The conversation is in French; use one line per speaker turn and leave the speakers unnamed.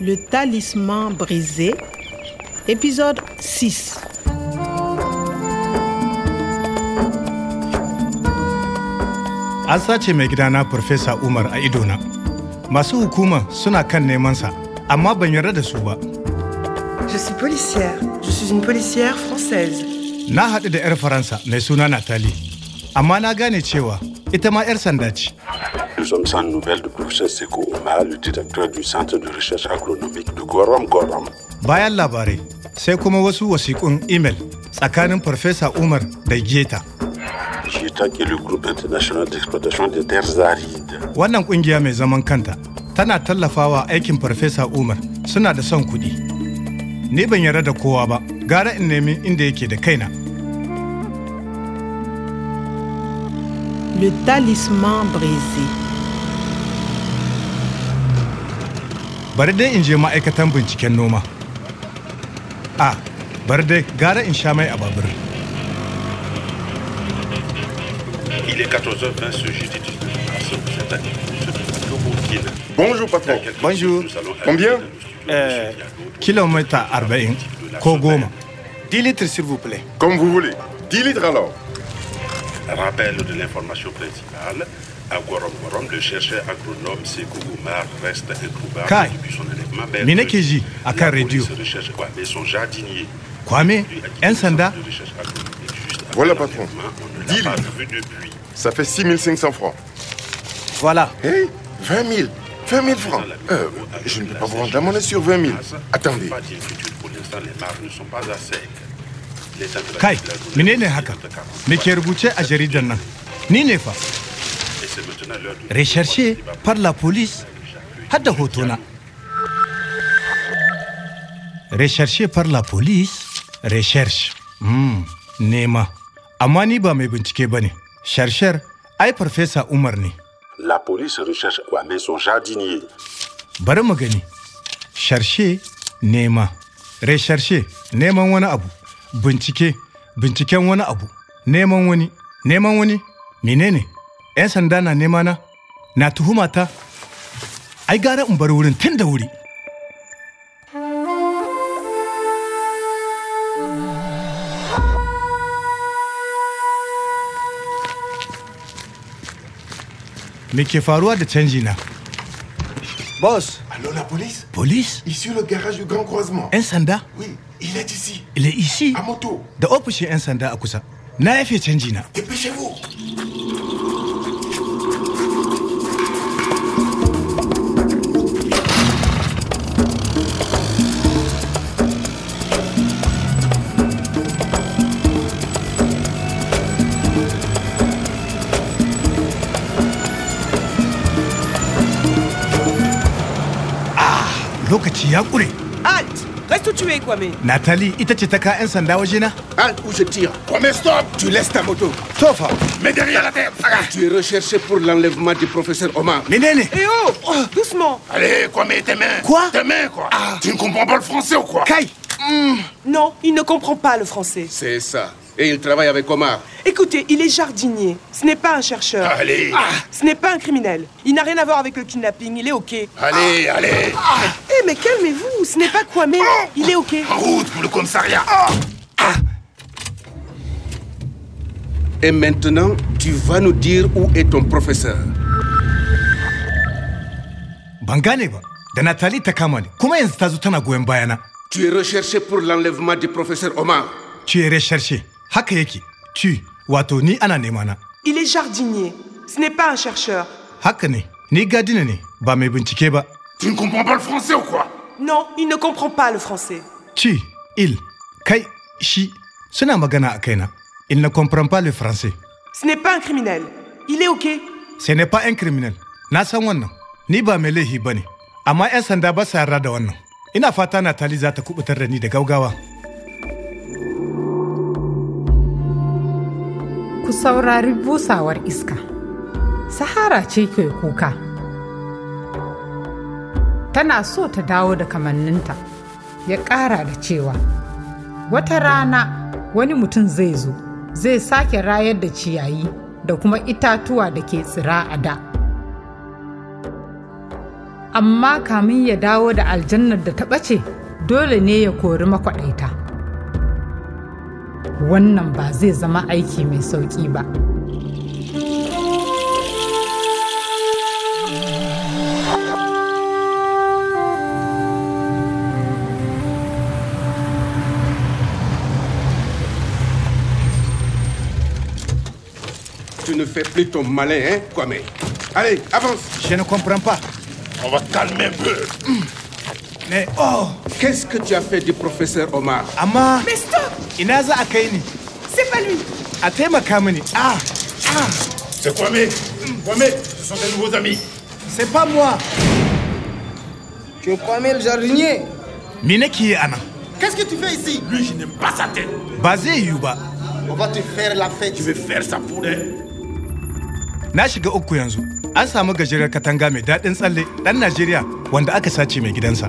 Le talisman brisé, épisode 6.
An sace mai gidana Farfesa Umar a idona. Masu hukuma suna kan nemansa, amma ban yarda da su ba.
Je suis policière. Je suis une policière française.
Na haɗu da 'yar Faransa mai suna Nathalie, amma na gane cewa ita ma 'yar sanda ce.
Nous sommes sans nouvelles du professeur Seko Oumar, le directeur du centre de recherche agronomique de Gorom Gorom.
Bayan labarai, sai kuma wasu wasiƙun imel tsakanin Farfesa Umar da Geta.
J'ai attaqué le groupe international d'exploitation des terres arides.
Wannan ƙungiya mai zaman kanta tana tallafawa aikin Farfesa Umar suna da son kuɗi. Ni ban yarda da kowa ba, gara in nemi inda yake da kaina.
Le talisman brisé.
Bari dai in je ma'aikatan binciken noma. A, bari dai gara in sha mai a babur.
Il est 14h20 ce jeudi 19 mars. Vous êtes à l'écoute de
Bonjour patron.
Bonjour.
Combien
Kilomita arba'in ko goma.
10 litres, s'il vous plaît.
Comme vous voulez. 10 litres alors.
Rappel de l'information principale. À Gorom Gorom, le chercheur agronome Seko Oumar reste introuvable
Kai.
depuis son élèvement.
Mais n'est-ce que j'y, à
La
Carredio.
police recherche quoi Mais son jardinier.
Kwame, 'yan sanda
Voilà, patron. Dis-lui. Ça fait 6500 francs.
Voilà.
Hé 20 000. 20 000 francs. Euh, je ne peux pas vous rendre la monnaie sur 20 000. Attendez.
Kai, menene haka? Me ke rubuce a jaridar nan? Ni ne fa. Recherché par la police. Har da hotona. Recherché par la police. Recherche. Hmm, nema. Amma ni ba mai bincike ba ne. Sharshar, ai Farfesa Umar ne.
La police recherche Kwame, son jardinier.
Bari mu gani. Sharshe, nema. Resharshe, neman wani abu. Bincike, binciken wani abu. Neman wani, neman wani. Menene? 'Yan sanda na nema na? Na tuhuma ta? Ai gara in bar wurin tun da wuri. Me ke faruwa da canji na?
Boss,
Allô la police
Police?
Ici le garage du Grand Croisement.
'yan sanda
Oui, il est ici.
le isi
À moto.
da ofishin 'yan sanda a kusa na yafe canji na
Dépêchez-vous.
lokaci ya kure
Halte Reste où tu es, Kwame.
natali ita ce ta ka 'yan sanda waje na
Halte ou je tire. Premier stop Tu laisses ta moto.
tofa
Mais derrière la tête Tu es recherché pour l'enlèvement du professeur Omar.
menene
Eh oh, Doucement
Allez, quoi, mais tes mains
Quoi
Tes mains, quoi Ah. Tu ne comprends pas le français ou quoi
kai
Non, il ne comprend pas le français.
C'est ça. Et il travaille avec Omar.
Écoutez, il est jardinier. Ce n'est pas un chercheur. Ah,
Allez
Ce n'est pas un criminel. Il n'a rien à voir avec le kidnapping. Il est OK. Eh,
Allez, allez Oh.
mais calmez-vous. Ce n'est pas Kwame. Il est OK.
En route pour le commissariat Et maintenant, tu vas nous dire où est ton professeur.
ban gane ba da natali ta kama ni kuma yanzu ta zo tana goyon bayana
Tu es recherché pour l'enlèvement du professeur Omar.
ciye resharshe haka yake ci wato ni ana nema na
Il est jardinier. Ce n'est pas un chercheur.
haka ne ni gadina ne ba mai bincike ba
Tu ne comprends pas le français ou quoi
Non, il ne comprend pas le français.
ci il kai shi suna magana a kaina il ne comprend pas le français
Ce n'est pas un criminel. Il est OK.
sai na fa'in criminal na san wannan ni ba mai laifi ba ne amma 'yan sanda ba sa yarda da wannan ina fata natali za ta kubutar da ni da gaugawa
ku saurari busawar iska sahara ce ke kuka tana so ta dawo da kamanninta ya ƙara da cewa wata rana wani mutum zai zo zai sake rayar da ciyayi da kuma itatuwa da ke tsira a da amma kamin ya dawo da aljannar da ta ɓace dole ne ya kori makwaɗaita wannan ba zai zama aiki mai sauƙi ba
Tu ne fais plus ton malin, hein, Kwame. Allez, avance.
Je ne comprends pas.
On va calmer un peu.
Mais Mm. oh,
Qu'est-ce que tu as fait du professeur Omar
amma
Mais stop
ina za a kai ni?
C'est pas lui
A taimaka mini. Ah, ah,
C'est Kwame. Kwame, ce sont des nouveaux amis.
c'est pas moi.
Tu crois le jardinier
Me nake yi a nan?
Qu'est-ce que tu fais ici
Lui, je n'aime pas sa tête.
Ba zai yiwu ba.
On va te faire la fête.
Je vais faire ça pour elle.
Na shiga uku yanzu. An samu gajerar katanga mai daɗin tsalle ɗan Najeriya wanda aka sace mai gidansa.